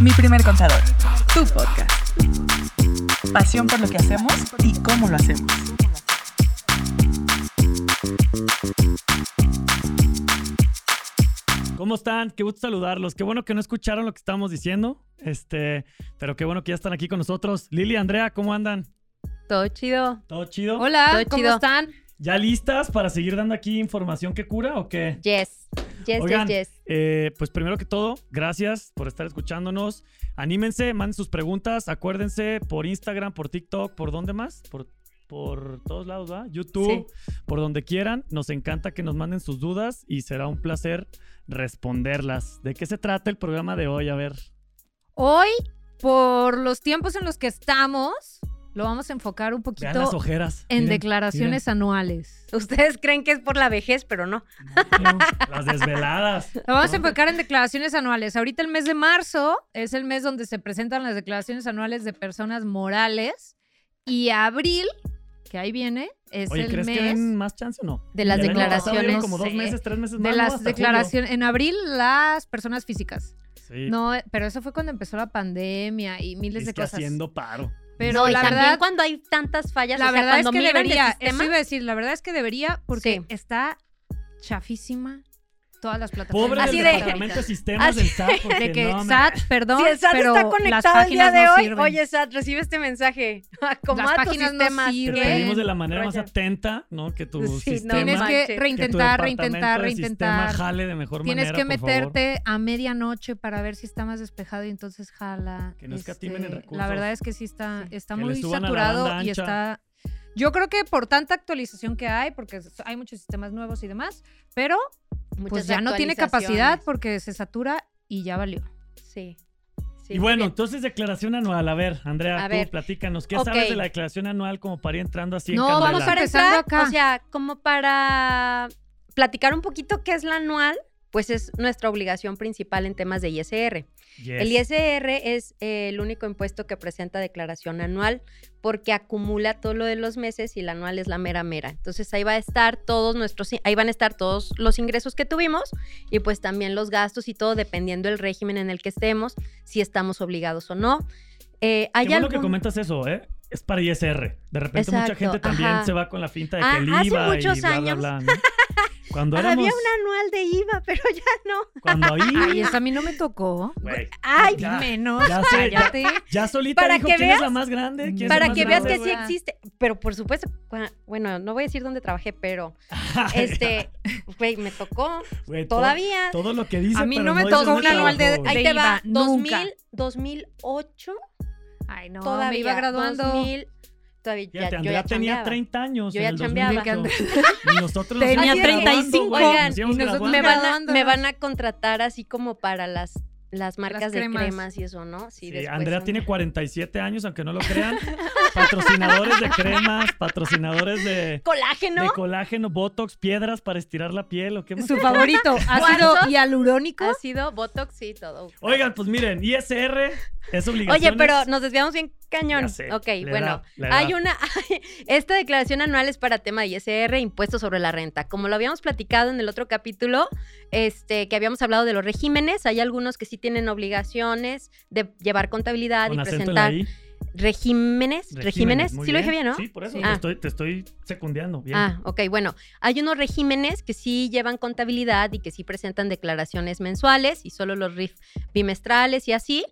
Mi primer contador, tu podcast. Pasión por lo que hacemos y cómo lo hacemos. ¿Cómo están? Qué gusto saludarlos. Qué bueno que no escucharon lo que estábamos diciendo. Este, pero qué bueno que ya están aquí con nosotros. Lili, Andrea, ¿cómo andan? Todo chido. ¿Todo chido? Hola, Todo ¿cómo chido. están? ¿Ya listas para seguir dando aquí información que cura o qué? Yes. Yes, Oigan, yes, yes. eh, pues primero que todo, gracias por estar escuchándonos. Anímense, manden sus preguntas. Acuérdense por Instagram, por TikTok, por dónde más, por, por todos lados, ¿va? YouTube, por donde quieran. Nos encanta que nos manden sus dudas y será un placer responderlas. ¿De qué se trata el programa de hoy? A ver. Hoy, por los tiempos en los que estamos, lo vamos a enfocar un Vean las poquito ojeras. en Miren, declaraciones anuales. Ustedes creen que es por la vejez, pero no. miren, las desveladas. Lo vamos a ¿no? enfocar en declaraciones anuales. Ahorita el mes de marzo es el mes donde se presentan las declaraciones anuales de personas morales y abril, que ahí viene, es Oye, el ¿crees que mes den más chance o no? de las El año pasado dieron declaraciones como dos sé. meses, tres meses más. de ¿no? las Hasta julio. declaraciones en abril las personas físicas. Sí, No, eh, pero eso fue cuando empezó la pandemia y miles es de que cosas. haciendo paro. Pero No, y la también verdad cuando hay tantas fallas, La o sea, verdad es cuando que migran el debería, eso sistema, iba a decir, la verdad es que debería porque Sí. está chafísima todas las plataformas. Pobre Así del de- departamento de sistemas así del SAT, porque de que no, man. SAT, perdón, Si el SAT pero está las conectado el día páginas de no hoy, sirven. oye SAT, recibe este mensaje. Acomoda tus páginas no sistemas. Te sirven. ¿qué? pedimos de la manera más Roger. atenta, ¿no? Que tu Sí, no, sistema, Tienes que manches. reintentar, que tu departamento reintentar, de sistema reintentar. jale de mejor Tienes manera, que por favor. meterte a medianoche para ver si está más despejado y entonces jala. Este, Que no escatimen en recursos. La verdad es que sí está, Sí. está Que le muy suban a la banda saturado y ancha. está. Yo creo que por tanta actualización que hay, porque hay muchos sistemas nuevos y demás, pero Muchas pues ya no tiene capacidad porque se satura y ya valió. actualizaciones. Sí. Y Sí, muy bueno, bien. entonces declaración anual. A ver, Andrea, A tú ver. platícanos. ¿Qué Ok. sabes de la declaración anual como para ir entrando así No, en vamos candela? a para empezando empezar, acá. o sea, como para platicar un poquito qué es la anual, pues es nuestra obligación principal en temas de ISR. Yes. El ISR es eh, el único impuesto que presenta declaración anual porque acumula todo lo de los meses y la anual es la mera mera. Entonces ahí va a estar todos nuestros, ahí van a estar todos los ingresos que tuvimos y pues también los gastos y todo dependiendo del régimen en el que estemos, si estamos obligados o no. Qué Eh, hay bueno que algún- comentas eso, ¿eh? Es para ISR. De repente mucha Exacto, gente también ajá. se va con la finta de que Ah, el hace IVA y muchos bla, bla, años. bla, ¿no? Cuando Había éramos... un anual de IVA, pero ya no. Cuando Ay, ahí... esa a mí no me tocó. Güey, Ay, Ya, menos. ya sé, ya- cállate. ya solita Para dijo que quién es veas- la más grande. quién es la Para más que veas que grande, sí güey. existe. Pero por supuesto, cua- bueno, no voy a decir dónde trabajé, pero este, güey, me tocó Güey, todo- todavía. Todo lo que dice. A mí pero no me dice tocó dónde un anual de- trabajó, güey. ay, Ahí te IVA, va, nunca. 2000, 2008, Ay, no, todavía. me iba graduando. 2000, todavía, ya, Fíjate, yo Andrea ya tenía chambeaba. 30 años. Yo en ya el chambeaba. 2008. Y nosotros nos Tenía íbamos graduando, 35. güey, Oigan, nos íbamos y nosotros graduando. Me van, Grabando, a, ¿no? me van a contratar así como para las, las marcas de cremas. cremas. y eso, ¿no? Sí, Sí, después Andrea son- tiene 47 años, aunque no lo crean. Patrocinadores de cremas, patrocinadores de, colágeno. de colágeno, botox, piedras para estirar la piel o qué más. Su favorito, ácido ¿Cuántos? hialurónico. Ha sido Botox y todo. Oigan, pues miren, ISR es obligación. Oye, pero nos desviamos bien cañón. Ya sé, ok, la bueno. edad, la Hay edad. una, esta declaración anual es para tema de ISR, impuestos sobre la renta. Como lo habíamos platicado en el otro capítulo, este, que habíamos hablado de los regímenes, hay algunos que sí tienen obligaciones de llevar contabilidad Con y acento en presentar la I. regímenes, regímenes, muy sí lo bien. dije bien, ¿no? Sí, por eso. Sí. te Ah. estoy- te estoy secundeando. Bien. Ah, ok, bueno, hay unos regímenes que sí llevan contabilidad y que sí presentan declaraciones mensuales y solo los RIF bimestrales y así,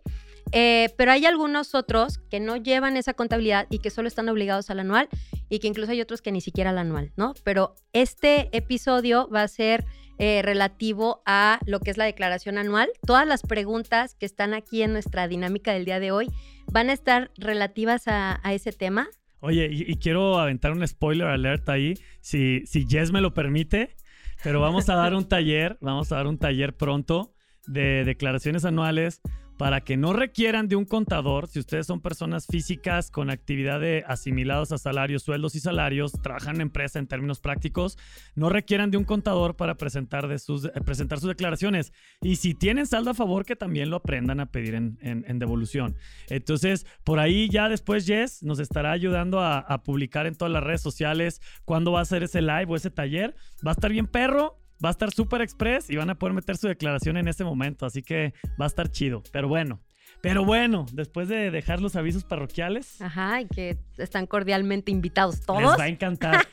eh, pero hay algunos otros que no llevan esa contabilidad y que solo están obligados al anual y que incluso hay otros que ni siquiera al anual, ¿no? Pero este episodio va a ser eh, relativo a lo que es la declaración anual. Todas las preguntas que están aquí en nuestra dinámica del día de hoy van a estar relativas a, a ese tema. Oye, y, y quiero aventar un spoiler alert ahí, si, si Jess me lo permite, pero vamos a dar un taller, vamos a dar un taller pronto de declaraciones anuales para que no requieran de un contador, si ustedes son personas físicas con actividad de asimilados a salarios, sueldos y salarios, trabajan en empresa en términos prácticos, no requieran de un contador para presentar, de sus, eh, presentar sus declaraciones. Y si tienen saldo a favor, que también lo aprendan a pedir en- en- en devolución. Entonces, por ahí ya después Jess nos estará ayudando a, a publicar en todas las redes sociales cuándo va a ser ese live o ese taller. Va a estar bien perro, va a estar súper express y van a poder meter su declaración en ese momento. Así que va a estar chido. Pero bueno, Pero bueno, después de dejar los avisos parroquiales, Ajá, y que están cordialmente invitados les todos. va a encantar.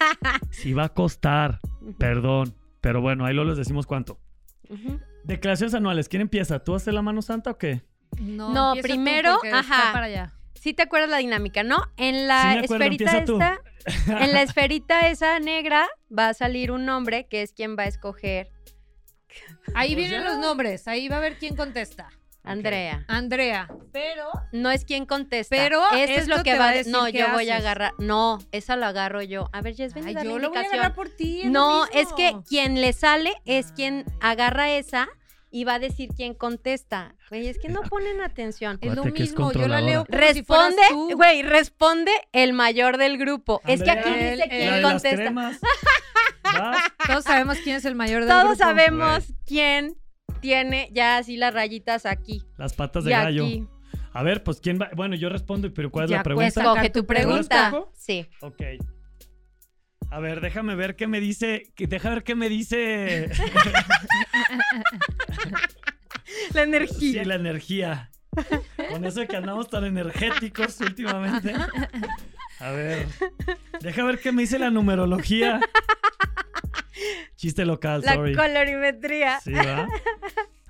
sí va a costar, Ujú, perdón. Pero bueno, ahí luego les decimos cuánto. ujú. Declaraciones anuales, ¿quién empieza? ¿Tú haces la mano santa o qué? No, No, empieza tú primero, porque está ajá. para allá. Sí te acuerdas la dinámica, ¿no? En Sí la me acuerdo, esferita empieza tú. esta, en la esferita esa negra va a salir un nombre que es quien va a escoger Ahí Pues vienen ya. los nombres, ahí va a ver quién contesta. Andrea. Andrea. Pero No es quien contesta. Pero Esto es esto lo que te va va a a de- decir No, qué yo voy a haces. agarrar. No, esa lo agarro yo. A ver, Jess, ven y Ay, dale yo lo voy a indicación. agarrar por ti. es lo No, mismo. es que quien le sale es quien agarra esa y va a decir quién contesta. Güey, es que no ponen atención. es lo Acuérdate que es mismo, yo la leo como si fueras Responde, tú. güey, responde el mayor del grupo. Es que aquí Ándale. dice El- La quién de las contesta. cremas. ¿Vas? Todos sabemos quién es el mayor de Todos sabemos quién tiene ya así las rayitas aquí Las patas de y gallo. aquí. A ver, pues quién va. Bueno, yo respondo, pero ¿cuál es Ya, la pues, pregunta? sacar Escoge tu tu pregunta. pregunta. ¿Escojo? Sí. Ok. A ver, déjame ver qué me dice. que- Deja ver qué me dice La sí, energía. la energía. Con eso de que andamos tan energéticos últimamente. A ver. Deja ver qué me dice la numerología. Chiste local, La sorry. colorimetría. Sí, ¿va?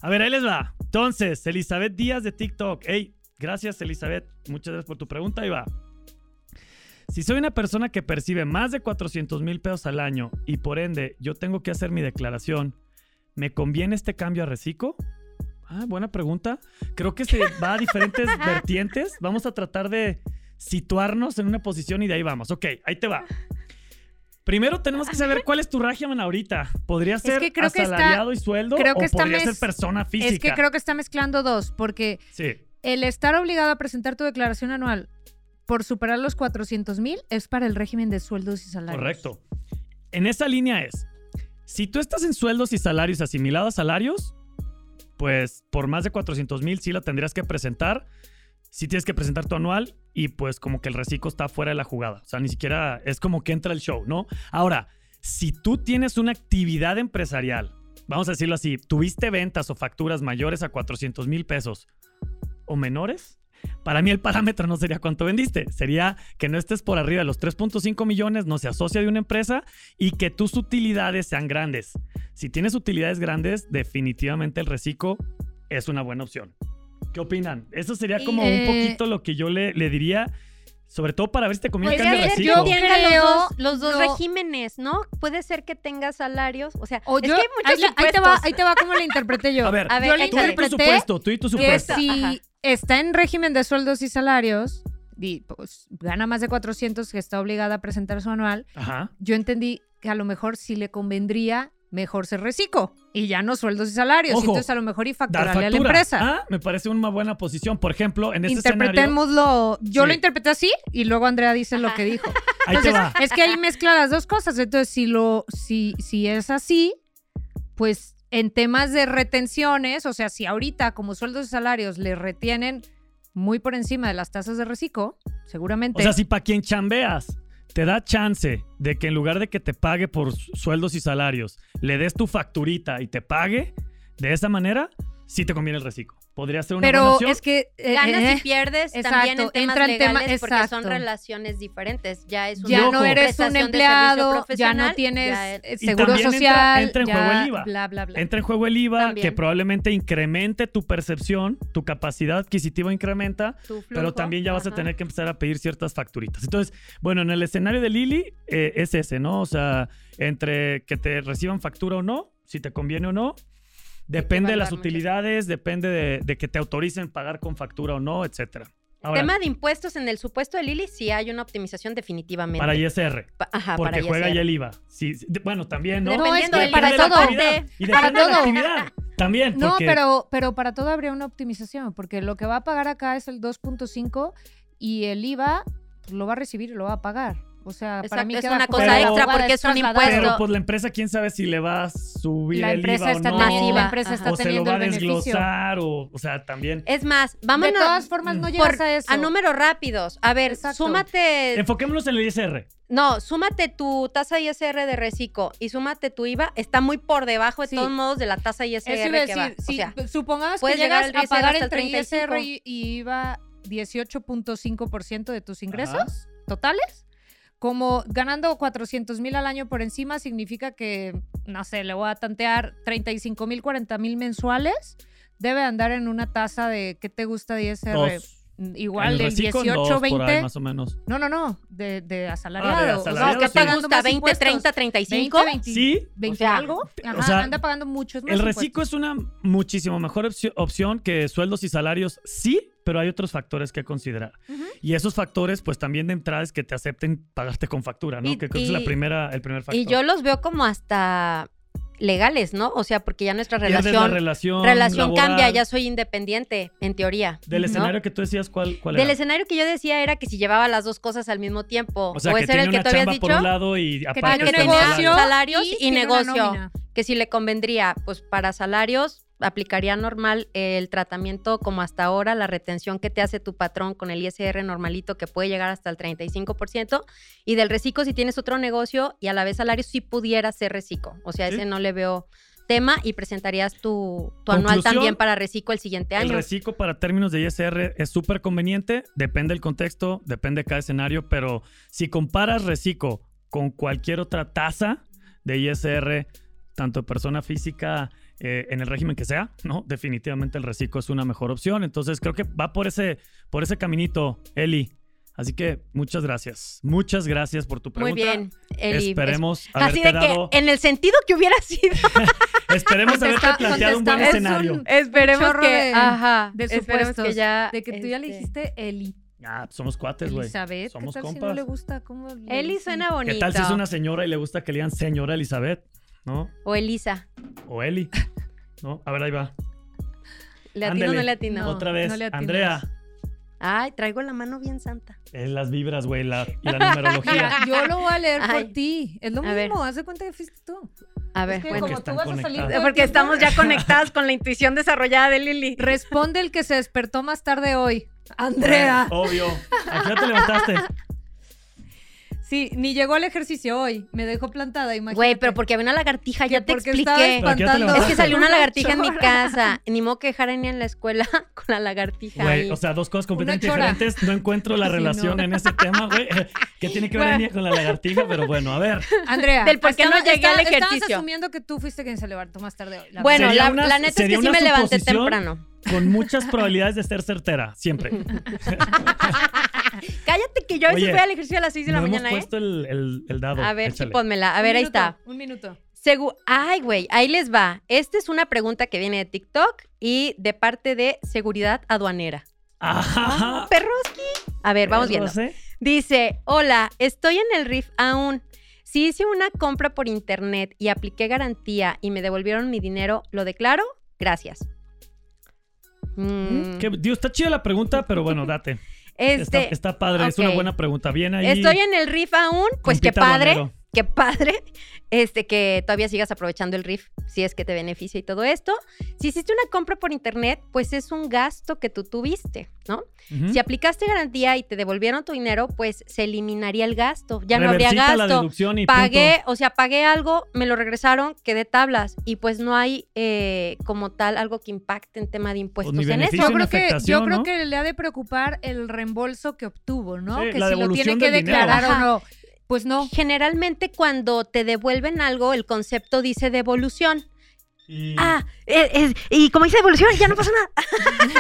A ver, ahí les va. Entonces, Elizabeth Díaz de TikTok. Hey, gracias, Elizabeth. Muchas gracias por tu pregunta. Ahí va. Si soy una persona que percibe más de 400 mil pesos al año y por ende yo tengo que hacer mi declaración, ¿me conviene este cambio a reciclo? Ah, buena pregunta. Creo que se va a diferentes vertientes. Vamos a tratar de situarnos en una posición y de ahí vamos. Ok, ahí te va. Primero tenemos que saber cuál es tu régimen ahorita. Podría ser que creo que está- asalariado y sueldo creo que o está podría mes- ser persona física. Es que creo que está mezclando dos, porque Sí. el estar obligado a presentar tu declaración anual por superar los 400 mil es para el régimen de sueldos y salarios. Correcto. En esa línea es, si tú estás en sueldos y salarios asimilados a salarios, pues por más de 400 mil sí la tendrías que presentar. Sí tienes que presentar tu anual y pues como que el reciclo está fuera de la jugada. O sea, ni siquiera es como que entra el show, ¿no? Ahora, si tú tienes una actividad empresarial, vamos a decirlo así, tuviste ventas o facturas mayores a 400 mil pesos o menores, para mí el parámetro no sería cuánto vendiste, sería que no estés por arriba de los 3.5 millones, no se asocia de una empresa y que tus utilidades sean grandes. Si tienes utilidades grandes, definitivamente el reciclo es una buena opción. ¿Qué opinan? Eso sería Y- como Eh, un poquito lo que yo le, le diría, sobre todo para ver si te conviene Puede el cambio de ser que reciclo. Pues yo- tenga los creo- dos, los dos no. regímenes, ¿no? Puede ser que tenga salarios. O sea, O es yo- que hay ahí, muchos la- ahí te va, supuestos. ahí te va cómo la interpreté yo. A ver, A ver, yo la tú y échale. tu interpreté supuesto, tú y tu que supuesto. si Ajá. está en régimen de sueldos y salarios, y, pues, gana más de 400 que está obligada a presentar su anual, Ajá. yo entendí que a lo mejor si le convendría mejor ser reciclo y ya no sueldos y salarios. Ojo, entonces a lo mejor y Dar facturarle factura. a la empresa. Ah, me parece una buena posición. Por ejemplo, en este escenario, Interpretémoslo. Yo Sí. lo interpreté así y luego Andrea dice lo que dijo. ahí te Entonces, va. es que ahí mezcla las dos cosas. Entonces, si lo, si, si es así, pues en temas de retenciones, o sea, si ahorita como sueldos y salarios le retienen muy por encima de las tasas de reciclo, seguramente. O sea, si para quien chambeas te da chance de que en lugar de que te pague por su- sueldos y salarios, le des tu facturita y te pague, de esa manera, sí te conviene el reciclo. Podría ser una buena pero opción. es que eh, Ganas eh, y pierdes también en exacto, temas entra en tema- legales porque son exacto. relaciones diferentes. Ya es una ya ojo. no eres un prestación de servicio empleado, ya profesional, no tienes ya es- eh, Y seguro también entra- social, entra en ya, juego el IVA. bla bla bla. Entra en juego el IVA, También. que probablemente incremente tu percepción, tu capacidad adquisitiva incrementa, tu flujo. pero también ya vas a Ajá. tener que empezar a pedir ciertas facturitas. Entonces, bueno, en el escenario de Lili eh, es ese, ¿no? O sea, entre que te reciban factura o no, si te conviene o no, depende de las evaluar mucho. utilidades, depende de, de que te autoricen pagar con factura o no, etcétera. Ahora, Tema de impuestos en el supuesto de Lili sí hay una optimización definitivamente. para ISR, Pa- Ajá, Ah, porque para juega ISR. ya el IVA. Sí, sí, de- bueno, también, ¿no? No, es Dependiendo que del para depende de la todo. actividad, Y Para depende de la todo. actividad. También, No, porque pero, pero para todo habría una optimización, porque lo que va a pagar acá es el 2.5 y el IVA pues, lo va a recibir y lo va a pagar. O sea, para Exacto, mí es queda una como- cosa Pero- extra Abogada, porque es un trasladado. impuesto. Pero pues la empresa, quién sabe si le va a subir La el IVA empresa o está no. teniendo, la Masiva, empresa está o se lo teniendo va a el beneficio. desglosar, o, o sea, también. Es más, De vámonos Mm. todas formas, no por- llegas a eso. a números rápidos. A ver, Exacto. súmate, Enfoquémonos en el ISR. no, súmate tu tasa ISR de reciclo y súmate tu IVA, está muy por debajo de Sí. todos modos de la tasa ISR Eso iba a que va. decir, pues, O si- sea, supongamos que puedes llegar llegas al a 10 pagar hasta el entre ISR 35. y, y IVA 18.5% de tus ingresos totales. Como ganando 400 mil al año por encima significa que, no sé, le voy a tantear 35 mil, 40 mil mensuales. Debe andar en una tasa de, ¿qué te gusta de ISR? Dos. En Igual el del reciclo, 18, dos, por ahí, 20. más o menos. no, no, no, de, de asalariado. asalariado, no, ¿qué sí. te pagando gusta? ¿20, 30, 35? 20, Sí, 20 O sea, algo. Ajá, sea, anda pagando muchos más el impuestos. reciclo es una muchísimo mejor opci- opción que sueldos y salarios, sí, pero hay otros factores que considerar. Ujú. Y esos factores, pues también de entrada es que te acepten pagarte con factura, ¿no? Y- que creo que es la y- primera, el primer factor. Y yo los veo como hasta legales, ¿no? O sea, porque ya nuestra Pierdes la relación, relación, relación laboral. cambia, ya soy independiente, en teoría. Del ¿no? escenario que tú decías, ¿cuál, cuál Del era? escenario que yo decía era que si llevaba las dos cosas al mismo tiempo, O sea, o que ese era tiene el que una tú habías chamba dicho, por un lado y que aparte tiene tiene un está el un negocio, negocio, salario. salarios y tiene una negocio. nómina. que si le convendría, pues para salarios aplicaría normal el tratamiento como hasta ahora, la retención que te hace tu patrón con el ISR normalito que puede llegar hasta el 35% y del reciclo si tienes otro negocio y a la vez salario si pudiera ser reciclo, o sea, Sí. ese no le veo tema y presentarías tu, tu Conclusión, anual también para reciclo el siguiente El año. reciclo para términos de ISR es súper conveniente, depende del contexto, depende de cada escenario, pero si comparas reciclo con cualquier otra tasa de ISR, tanto de persona física eh, en el régimen que sea, no, definitivamente el reciclo es una mejor opción. Entonces creo que va por ese, por ese caminito, Eli. Así que muchas gracias, muchas gracias por tu Muy pregunta. bien, Eli. Esperemos Así haberte de dado, que en el sentido que hubiera sido, esperemos haberte Contesta- planteado un buen contestamos escenario. un- esperemos chorro que, de- ajá, de esperemos que supuestos, ya De que tú ya le este, dijiste Eli. Ah, somos cuates, güey. Elizabeth, ¿qué Somos tal si no compas. le gusta? ¿Cómo le Eli dicen? suena ¿Qué bonito. tal si es una señora y le gusta que le digan señora Elizabeth? ¿No? O Elisa. O Eli. ¿No? A ver, ahí va. ¿Le atino o Ándele. no le atino? No, Otra vez. no le atinas. Andrea, Ay, traigo la mano bien santa. es las vibras, güey, la, y la numerología. Mira, yo lo voy a leer Ay. por ti. Es lo A ver. mismo, haz de cuenta que fuiste tú. A Es ver, que bueno. como Están tú vas a salir conectadas. todo el Porque tiempo, estamos ya conectadas con la intuición desarrollada de Lili. Responde el que se despertó más tarde hoy. Andrea. Obvio. ¿A qué hora te levantaste? oh. Sí, ni llegó al ejercicio hoy. Me dejó plantada, imagínate. Güey, pero porque había una lagartija, Que ya te porque estaba expliqué. ¿Pero a qué hora te espantando. Es que salió una Una lagartija en mi chora. casa. Ni modo que dejara ni en la escuela con la lagartija. ahí. Güey, o sea, dos cosas completamente chora. diferentes. No encuentro la Sí, no. relación en ese tema, güey. Que tiene que ver Bueno. ni con la lagartija, pero bueno, a ver. Andrea. Del por qué no estaba- llegué al estaba- Estabas ejercicio. asumiendo que tú fuiste quien se levantó más tarde hoy. la bueno, Sería la, una- la neta es sería que sí una me levanté suposición. temprano. Con muchas probabilidades de ser certera, siempre. Cállate que yo a veces Oye, voy al ejercicio a las 6 de la No hemos mañana, ¿eh? puesto el, el- el dado. A ver, Échale. sí, pónmela. A Un ver, ahí minuto, está. Un minuto. Segu- Ay, güey, ahí les va. Esta es una pregunta que viene de TikTok y de parte de Seguridad Aduanera. Ajá. Perroski. A ver, vamos Pero viendo. no sé. Dice, hola, estoy en el RIF aún. Si hice una compra por internet y apliqué garantía y me devolvieron mi dinero, ¿lo declaro? Gracias. Mm, Que, digo, está chida la pregunta, pero bueno, date. Está, este, está padre, es ok. una buena pregunta. Bien ahí. estoy en el RIF aún, pues qué compita padre. aduanero. qué padre este, que todavía sigas aprovechando el RIF si es que te beneficia y todo esto. Si hiciste una compra por internet, pues es un gasto que tú tuviste, ¿no? Ujú. Si aplicaste garantía y te devolvieron tu dinero, pues se eliminaría el gasto, ya no Reversita habría la gasto. deducción y Pagué, o sea, pagué algo, me lo regresaron, quedé tablas y pues no hay eh, como tal algo que impacte en tema de impuestos Pues ni en beneficio. eso. Yo Hizo una creo, que, yo afectación, creo ¿no? que le ha de preocupar el reembolso que obtuvo, ¿no? Sí, que la si lo devolución tiene que del dinero. declarar Ajá. o no. Pues no. Generalmente cuando te devuelven algo, el concepto dice devolución. Y- Ah, eh, eh, y como dice devolución, ya no pasa nada.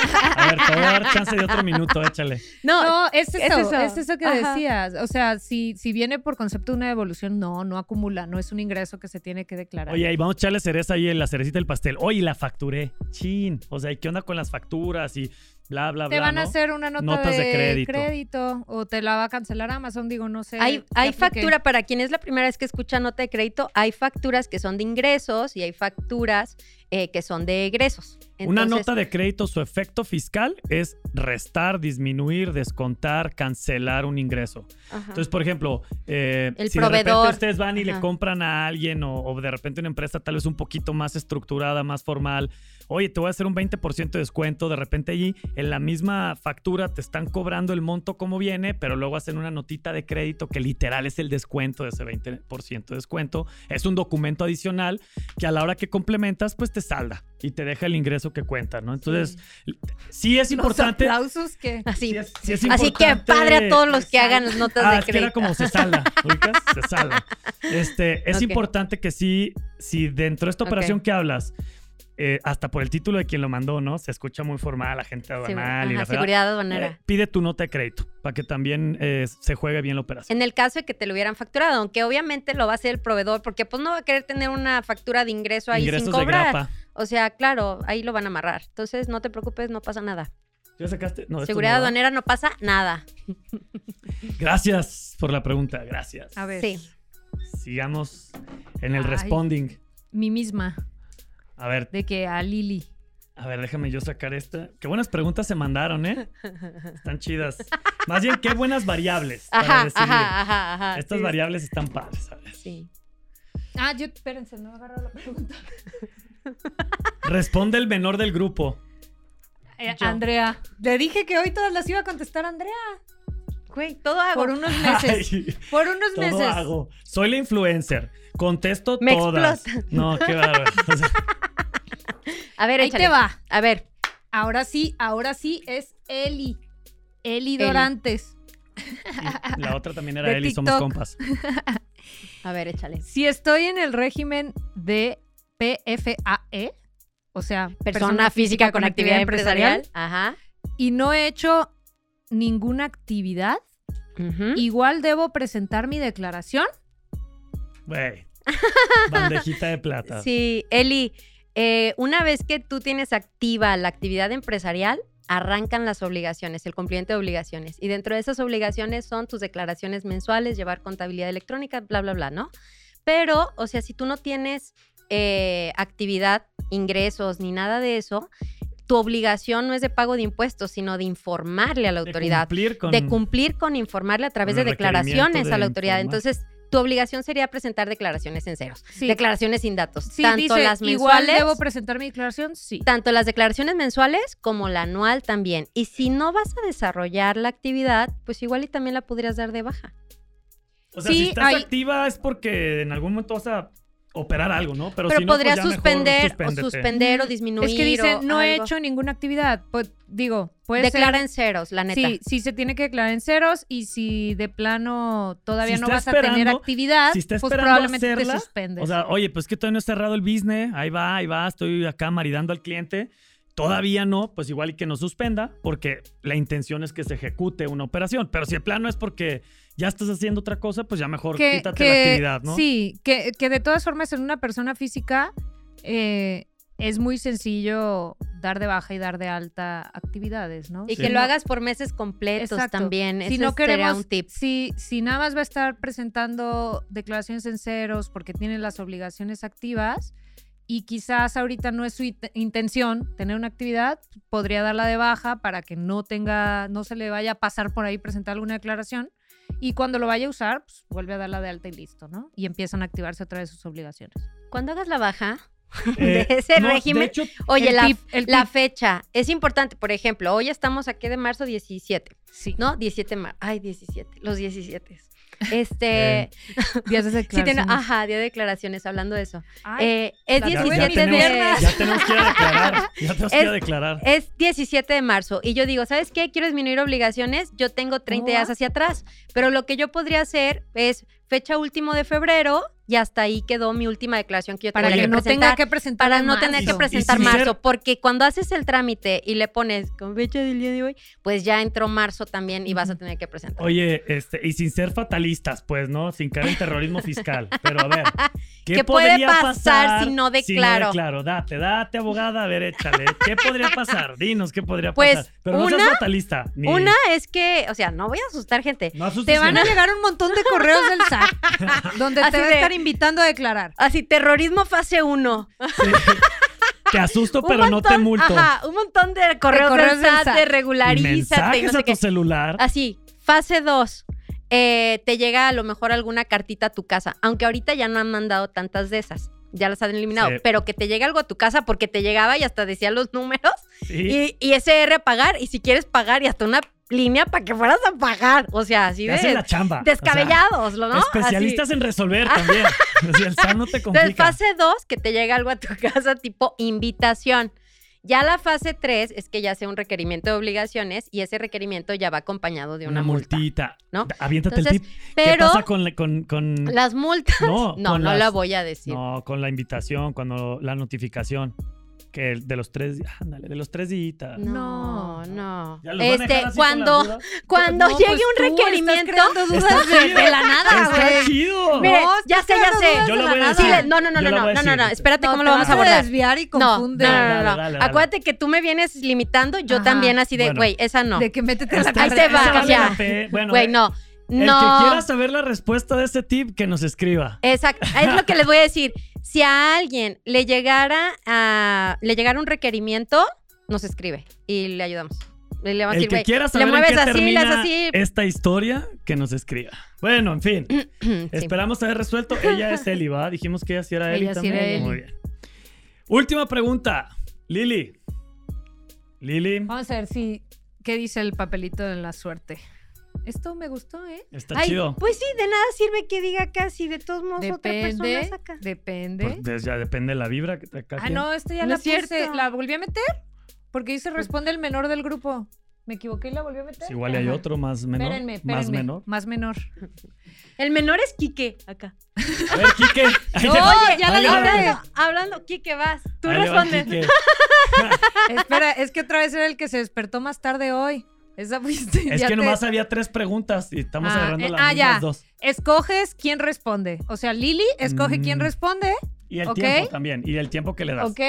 ah, A ver, te voy a dar chance de otro minuto, échale. No, No, es es eso, es eso. eso, que Ajá. decías. O sea, si, si viene por concepto de una devolución, no, no acumula, no es un ingreso que se tiene que declarar. Oye, y vamos a echarle cereza ahí en la cerecita del pastel. Oye, la facturé. Chin. O sea, ¿y ¿qué onda con las facturas y bla, bla, bla? te van ¿no? a hacer una nota Notas de de, crédito. crédito. o te la va a cancelar Amazon, digo, no sé. Hay, ¿qué hay apliqué? factura, para quien es la primera vez que escucha nota de crédito, hay facturas que son de ingresos y hay facturas eh, que son de egresos. Una Entonces, nota de crédito, su efecto fiscal es restar, disminuir, descontar, cancelar un ingreso. ajá. Entonces, por ejemplo, eh, El si de repente proveedor. ustedes van y le Ajá. compran a alguien o, o de repente una empresa tal vez un poquito más estructurada, más formal, oye, te voy a hacer un 20% de descuento, de repente allí en la misma factura te están cobrando el monto como viene, pero luego hacen una notita de crédito que literal es el descuento de ese 20% de descuento. Es un documento adicional que a la hora que complementas, pues te salda y te deja el ingreso que cuenta, ¿no? Entonces, sí es importante... Los aplausos que... así. sí es- sí es Así que importante- padre a todos los que hagan las notas Ah, de es que era crédito. como se salda, ubicas, se salda. Este, es Ok. importante que sí, si dentro de esta Ok. operación que hablas, eh, hasta por el título de quien lo mandó, ¿no? Se escucha muy formal, agente Segu- aduanal y ajá, la fregada. seguridad aduanera. Eh, pide tu nota de crédito para que también eh, se juegue bien la operación. En el caso de que te lo hubieran facturado, aunque obviamente lo va a hacer el proveedor, porque pues no va a querer tener una factura de ingreso ahí Ingresos sin de cobrar. grapa. O sea, claro, ahí lo van a amarrar. Entonces, no te preocupes, no pasa nada. ¿Ya sacaste? No, esto Seguridad no va. aduanera no pasa nada. Gracias por la pregunta, gracias. Ah. A ver, Sí. Sigamos en el Ay. responding. mi misma, A ver, de que a Lili. A ver, déjame yo sacar esta. Qué buenas preguntas se mandaron, ¿eh? Están chidas. Más bien, qué buenas variables para Ajá, decidir. ajá, ajá, ajá. Estas Sí, variables están padres. A ver. Sí. Ah, yo, espérense, no agarro la pregunta. Responde el menor del grupo. Eh, Yo. Andrea. Le dije que hoy todas las iba a contestar Andrea. Güey, todo hago. Por unos meses. Ay, por unos todo meses. hago. Soy la influencer. Contesto Me todas. No, qué bárbaro. O sea, A ver, Ahí échale. te va. A ver, Ahora sí, ahora sí es Eli. Eli, Eli. Dorantes. y la otra también era De él y somos TikTok. compas. a ver, échale. Si estoy en el régimen de PFAE, E, o sea, persona, Persona física con actividad empresarial. Ajá. y no he hecho ninguna actividad, Ujú. igual debo presentar mi declaración. Güey. Bandejita de plata. Sí, Eli, eh, una vez que tú tienes activa la actividad empresarial, arrancan las obligaciones, el cumplimiento de obligaciones. Y dentro de esas obligaciones son tus declaraciones mensuales, llevar contabilidad electrónica, bla, bla, bla, ¿no? Pero, o sea, si tú no tienes eh, actividad, ingresos ni nada de eso, tu obligación no es de pago de impuestos, sino de informarle a la De autoridad cumplir con- de cumplir con informarle a través con de el requerimiento declaraciones de a la autoridad. informar. Entonces, tu obligación sería presentar declaraciones en ceros, Sí. declaraciones sin datos, Sí, tanto dice, las igual mensuales, debo presentar mi declaración, sí. tanto las declaraciones mensuales como la anual también. Y si no vas a desarrollar la actividad, pues igual y también la podrías dar de baja. O sea, Sí, si estás hay- activa es porque en algún momento vas a operar algo, ¿no? Pero, Pero, si no, pues podrías ya mejor suspender suspéndete. o suspender o Mm, disminuir. Es que dice, o no he algo. hecho ninguna actividad. Pues, digo, puede Declara ser- en ceros, la neta. Sí, sí se tiene que declarar en ceros y si de plano todavía Si no está vas a tener esperando- actividad, si está pues esperando probablemente hacerla, te suspendes. O sea, oye, pues que todavía no he cerrado el business, ahí va, ahí va, estoy acá maridando al cliente. Todavía no, pues igual y que no suspenda, porque la intención es que se ejecute una operación. Pero si el plano es porque ya estás haciendo otra cosa, pues ya mejor quítate la actividad, ¿no? Sí, que, que de todas formas en una persona física eh, es muy sencillo dar de baja y dar de alta actividades, ¿no? Y Si que lo no- hagas por meses completos Exacto. también. Si Ese no sería queremos, un tip. Si, si nada más va a estar presentando declaraciones en ceros porque tiene las obligaciones activas y quizás ahorita no es su int- intención tener una actividad, podría darla de baja para que no tenga, no se le vaya a pasar por ahí presentar alguna declaración y cuando lo vaya a usar, pues vuelve a darla de alta y listo, ¿no? Y empiezan a activarse otra vez sus obligaciones. Cuando hagas la baja Eh, de ese no, de régimen, hecho, oye, El la, tip- el la tip, fecha es importante. Por ejemplo, hoy estamos aquí de marzo 17. sí. ¿no? 17 más. Ay, 17. Los 17. Eh, Este, Días de sí tiene, declaraciones. ajá, día de declaraciones, hablando de eso. Ay, Eh, es la ya, tuve 17 en ya mis tenemos, de, piernas. ya tenemos que ir a declarar. Ya tenemos que ir a Es- declarar. es 17 de marzo y yo digo, ¿sabes qué? Quiero disminuir obligaciones, yo tengo 30 ¿Cómo va? días hacia atrás, pero lo que yo podría hacer es fecha último de febrero y hasta ahí quedó mi última declaración que yo para tenía que, no tenga presentar que presentar para no más. tener que Y- presentar y sin ser- marzo, porque cuando haces el trámite y le pones con fecha del día de hoy, pues ya entró marzo también y vas a Ujú. tener que presentar. Oye, este, y sin ser fatalistas, pues, ¿no? Sin caer en terrorismo fiscal. Pero a ver, ¿qué, ¿Qué puede podría pasar pasar si no Si declaro? no declaro? Date, date, abogada, a ver, échale. ¿Qué podría pasar? Dinos, ¿qué podría Pues, pasar? Pero no seas una- fatalista. ni- Una es que, o sea, no voy a asustar gente. No asustes Te van a gente. llegar un montón de correos del SAT donde Así te va a de- estar invitando a declarar. Así, terrorismo fase 1. Sí. Te asusto, pero no te multo. Ajá, un montón de correos, correos del del SAT, SAT. de Y regularízate y no mensajes sé a tu qué. Ah, celular. Así, fase 2. te llega a lo mejor alguna cartita a tu casa, aunque ahorita ya no han mandado tantas de esas, ya las han eliminado, Sí. pero que te llegue algo a tu casa porque te llegaba y hasta decía los números Sí. y, y ese R a pagar y si quieres pagar y hasta una línea para que fueras a pagar, o sea, así Te hacen la de chamba. o sea, descabellados, ¿lo ¿no? Así. Ah. Especialistas en resolver también. O sea, el SAT no te Entonces, complica. fase 2, que te llega algo a tu casa tipo invitación. Ya la fase 3 es que ya sea un requerimiento de obligaciones y ese requerimiento ya va acompañado de una, Una multa. multita. ¿no? Aviéntate el Entonces, tip. ¿Qué Pero pasa con la, con, con- las multas, No, no, no, con las- la voy a decir. no, con la invitación, cuando la notificación? Que el- de los tres, ándale, de los tres días. No, No. no. Ya los van a dejar Este, así con cuando, las dudas. cuando No, llegue pues tú un estás requerimiento, creando dudas Está de, de la Ah, nada, ¡Está güey. chido! Mire, No, ya estás sé, ya creando sé. dudas Yo de lo la voy a nada. Sí, decir. le- no, no, Yo no, no, lo voy no, a no, no, decir. no, espérate No, cómo te lo vamos vas a abordar. desviar y No, no, no, confunde. no, no. Dale, dale, dale. Acuérdate que tú me vienes limitando, yo Ajá. también así de, Bueno. güey, esa no. De que métete en la Ahí carrera. se va, Esa vale ya. la pe- Bueno, eh, Güey, no. el que No. Eh, quiera saber la respuesta de este tip, que nos escriba. Exacto. Es lo que les voy a decir. Si a alguien le llegara a, le llegara un requerimiento, nos escribe y le ayudamos. Le, le vamos a El decir, que güey. quiera saber en mueves qué así, le termina haces así. esta historia, que nos escriba. Bueno, en fin. Sí. Esperamos haber resuelto. Ella es Eli, ¿va? Dijimos que ella sí era Eli Ella sí también. era Eli. Muy bien. Última pregunta. Lili. Lili, Vamos a ver si. ¿Qué dice el papelito de la suerte? Esto me gustó, ¿eh? está Ay, chido. Pues sí, de nada sirve que diga casi de todos modos otra persona Depende. saca. Depende. Pues, des- ya depende de la vibra que te ¿eh? Ah, no, esta ya No la es cierto. puse. ¿La volví a meter? Porque dice responde el menor del grupo. ¿Me equivoqué y la volví a meter? Pues igual hay Ajá. otro más menor. Espérenme, Más espérenme. menor. Más menor. El menor es Quique, acá. A ver, Quique. Ahí No, le- oye, ya ahí la le va, dije. Quique. Hablando, hablando, Quique, vas. Tú Ahí le va, respondes. Quique. Espera, es que otra vez era el que se despertó más tarde hoy. Esa fuiste. Es ya que te- nomás había tres preguntas y estamos Ah, agarrando eh, las ah, mismas ya. dos. Escoges quién responde. O sea, Lili escoge quién Mm. responde. Y el Ok. tiempo también. Y el tiempo que le das. Ok.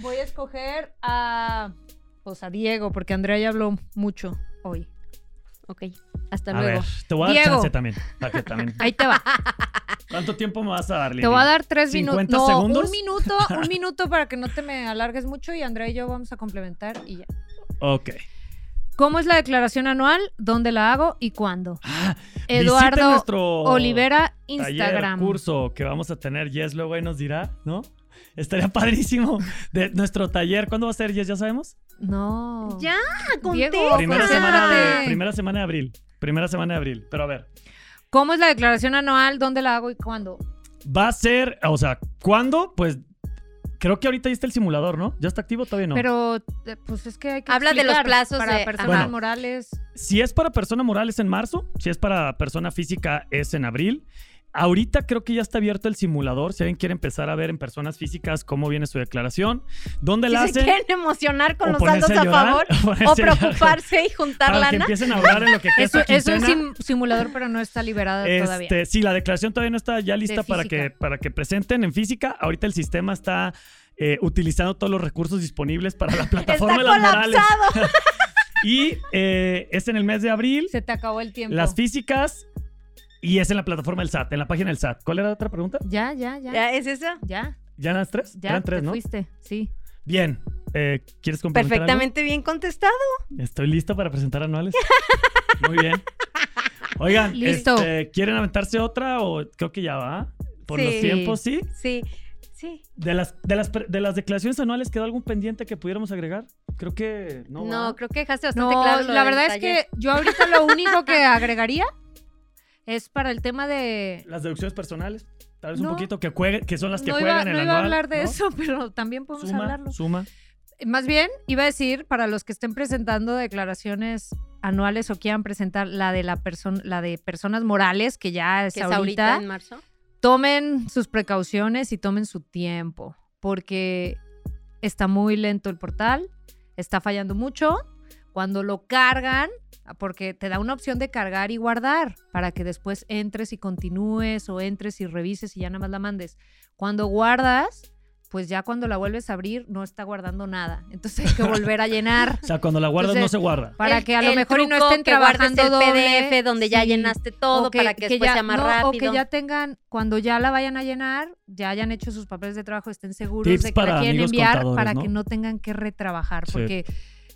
Voy a escoger a. Pues a Diego, porque Andrea ya habló mucho hoy. Ok, hasta A luego. ver, te voy a dar Diego. chance también. para que también. Ahí te va. ¿Cuánto tiempo me vas a dar, Lili? Te voy a dar tres minutos. 50 No, segundos. un minuto, un minuto para que no te me alargues mucho y Andrea y yo vamos a complementar y ya. Ok. ¿Cómo es la declaración anual? ¿Dónde la hago y cuándo? Ah, Visiten Eduardo nuestro Olivera, taller, Instagram. curso que vamos a tener. Jess luego ahí nos dirá, ¿no? Estaría padrísimo. De nuestro taller. ¿Cuándo va a ser, Jess? ¿Ya sabemos? No. Ya, Diego, contesta. Primera semana, de, concéntrate. primera semana de abril. Primera semana de abril. Pero a ver. ¿Cómo es la declaración anual? ¿Dónde la hago y cuándo? Va a ser, o sea, ¿cuándo? Pues creo que ahorita ya está el simulador, ¿no? ¿Ya está activo? Todavía no. Pero, eh, pues es que hay que. Habla de los explicar plazos Para de- personas Bueno. morales. Si es para persona moral es en marzo, si es para persona física es en abril. Ahorita creo que ya está abierto el simulador. Si alguien quiere empezar a ver en personas físicas cómo viene su declaración, dónde la Si se hacen quieren emocionar con o los ponerse saldos a llorar, favor ponerse o a llorar, preocuparse y juntar para que lana. empiecen a hablar en lo que queda Es, su es un quincena. sim- simulador, pero no está liberada todavía. Este, sí, la declaración todavía no está ya lista De para que, física. para que presenten en física. Ahorita el sistema está eh, utilizando todos los recursos disponibles para la plataforma Está de las morales. colapsado. Y eh, es en el mes de abril. Se te acabó el tiempo. Las físicas y es en la plataforma del SAT, en la página del SAT. ¿Cuál era la otra pregunta? ya, ya, ya. ¿Ya ¿Es eso? Ya, ¿Ya eran las tres? ya. eran tres, te ¿no? fuiste, sí. Bien. Eh, ¿Quieres complementar algo? Perfectamente bien contestado. Estoy listo para presentar anuales. Muy bien. Oigan, Listo. este, ¿quieren aventarse otra o creo que ya va? ¿eh? Por los Sí. tiempos, sí. Sí, sí. De las, de las, pre- de las declaraciones anuales, ¿quedó algún pendiente que pudiéramos agregar? Creo que no. No, ¿va? creo que dejaste bastante No, claro. lo la del verdad es taller. que yo ahorita lo único que agregaría es para el tema de... Las deducciones personales, tal vez un No. poquito, que, juegue- que son las que No iba, juegan en no el iba a anual, hablar de ¿no? eso, pero también podemos Suma, hablarlo. suma. Más bien, iba a decir, para los que estén presentando declaraciones anuales o quieran presentar la de la persona la de personas morales que ya es, Que es ahorita, ahorita en marzo. tomen sus precauciones y tomen su tiempo porque está muy lento el portal está fallando mucho cuando lo cargan ah, porque te da una opción de cargar y guardar para que después entres y continúes o entres y revises y ya nada más la mandes. Cuando guardas, pues ya cuando la vuelves a abrir no está guardando nada. Entonces hay que volver a llenar. O sea, cuando la guardas no se Entonces, guarda. Para El- que a lo el mejor y no truco estén que guardes trabajando el doble, PDF donde ya sí. llenaste todo O para que, después ya- sea más no, rápido. O que ya tengan, cuando ya la vayan a llenar, ya hayan hecho sus papeles de trabajo, estén seguros Tips de que para la quieren amigos enviar contadores, para ¿no? que no tengan que retrabajar. Sí. Porque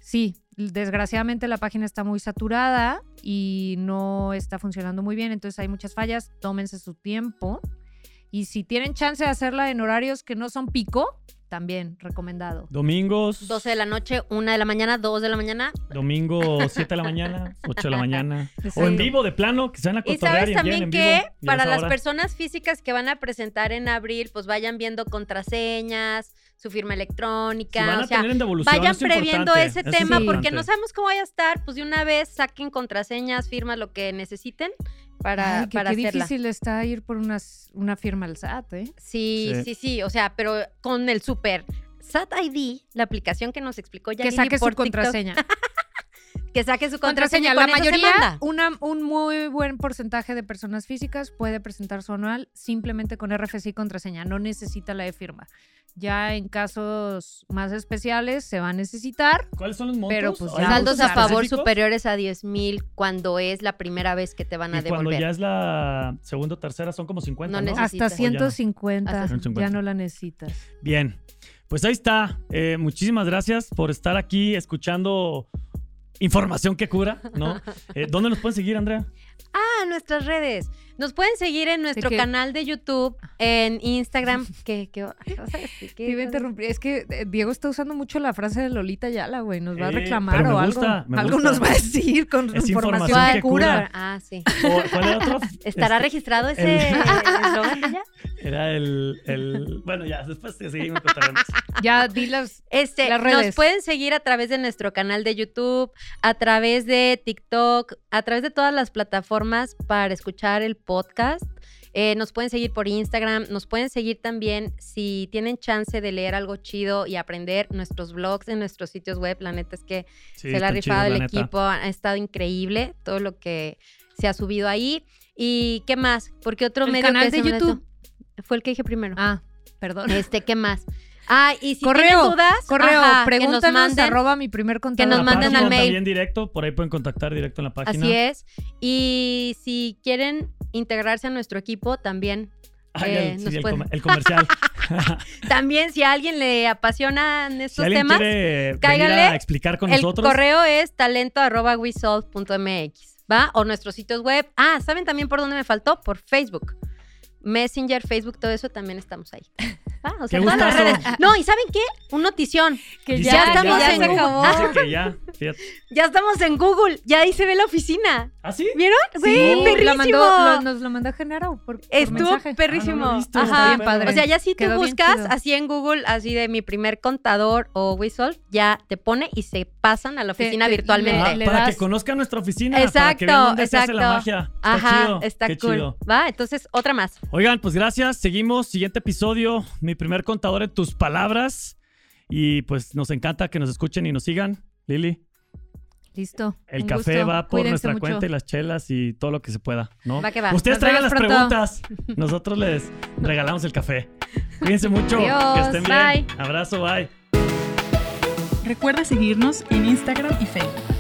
sí, desgraciadamente la página está muy saturada y no está funcionando muy bien, entonces hay muchas fallas, tómense su tiempo. Y si tienen chance de hacerla en horarios que no son pico, también recomendado. Domingos. 12 de la noche, 1 de la mañana, 2 de la mañana. Domingo 7 de la mañana, 8 de la mañana. O Exacto. en vivo, de plano, que se van a Y cotorrear sabes Pues y, envíen también en que vivo, y a para esa las hora. personas físicas que van a presentar en abril, pues vayan viendo contraseñas, su firma Si van electrónica, a o sea, tener en devolución, vayan eso es previendo importante, ese eso es tema porque importante. no sabemos cómo vaya a estar, pues de una vez saquen contraseñas, firmas, lo que necesiten para, Ay, que para qué hacerla. difícil está ir por unas, una firma al SAT, ¿eh? Sí, Sí. sí, sí, o sea, pero con el super SAT ID, la aplicación que nos explicó ya que saque su por TikTok, contraseña. que saque su contraseña, y contraseña. La con eso se mayoría, manda. una, un muy buen porcentaje de personas físicas puede presentar su anual simplemente con RFC y contraseña. No necesita la de firma. Ya en casos más especiales se va a necesitar. ¿Cuáles son los montos? Pero, pues, ¿Hay ya. montos Saldos a favor específicos? superiores a 10 mil cuando es la primera vez que te van a Y cuando ya devolver. es la segunda o tercera son como 50, No ¿no? necesito. Necesitas. Hasta 150. Hasta Ya 150. no la necesitas. Bien, pues ahí está. Eh, muchísimas gracias por estar aquí escuchando información que cura, ¿no? Eh, ¿Dónde nos pueden seguir, Andrea? Ah, nuestras redes. Nos pueden seguir en nuestro que- canal de YouTube, en Instagram. ¿Qué, qué, qué vas a decir? ¿Qué Te iba a vas a- interrumpir. Es que eh, Diego está usando mucho la frase de Lolita Yala, güey. Nos va a Eh, reclamar pero me o gusta, algo. me algo gusta. nos va a decir con Es información, información que que cura. Ah, sí. ¿O ¿Cuál era otro? ¿Estará Este, registrado ese el- eslogan de ella? Era el, el- Bueno, ya, después te seguimos contando. Ya di las- Este, Las nos redes. pueden seguir a través de nuestro canal de YouTube, a través de TikTok, a través de todas las plataformas para escuchar el podcast. Eh, nos pueden seguir por Instagram, nos pueden seguir también si tienen chance de leer algo chido y aprender nuestros blogs en nuestros sitios web. La neta es que Sí, se la ha están rifado chidos, el la neta. equipo, ha ha estado increíble todo lo que se ha subido ahí. ¿Y qué más? Porque otro El medio canal que de se me YouTube. lanzó- fue el que dije primero. Ah, perdón. Este, ¿qué más? Ah, y si Correo, tienen dudas, Correo, ajá, que nos pregúntanos manden. arroba mi primer contador. nos La manden página al mail. También directo, por ahí pueden contactar directo en la página. Así es. Y si quieren integrarse a nuestro equipo, también. Ay, eh, el, sí, nos el pueden- com- el comercial. También, si a alguien le apasionan si estos alguien temas, quiere venir cáigale a explicar con el nosotros. correo es talento.wesolve.mx, ¿va? O nuestros sitios web. Ah, ¿saben también por dónde me faltó? Por Facebook. Messenger, Facebook, todo eso también estamos ahí. ¿Va? O sea, Qué todas las gustazo. redes. No, ¿y saben qué? Un notición. Que Dice ya que estamos ya, en güey. Google. Dice que ya, fíjate. Ya estamos en Google. Ya ahí se ve la oficina. ¿Ah, sí? ¿Vieron? Güey, Sí, perrísimo. la mandó- lo- nos lo mandó Genaro por, por Estuvo mensaje. perrísimo. Ah, no lo he visto, Ajá. Está bien padre. O sea, ya si tú Quedó bien buscas chido. así en Google, así de mi primer contador o Whistle, ya te pone y se pasan a la Te- oficina te- Ah, virtualmente. le para das- que conozcan nuestra oficina. para que Exacto, vean dónde se hace la exacto. magia. Está Ajá, chido. está qué cool. chido. Va, entonces otra más. Oigan, pues gracias. Seguimos. Siguiente episodio. Mi primer contador en tus palabras. Y pues nos encanta que nos escuchen y nos sigan. Lili, Ah, Listo. el un café gusto. va por Cuídense nuestra mucho. cuenta y las chelas y todo lo que se pueda, ¿no? Va que va. Ustedes Nos traigan las vemos pronto. preguntas. Nosotros les regalamos el café. Cuídense mucho. que Adiós, estén bien. Abrazo, bye. Recuerda seguirnos en Instagram y Facebook.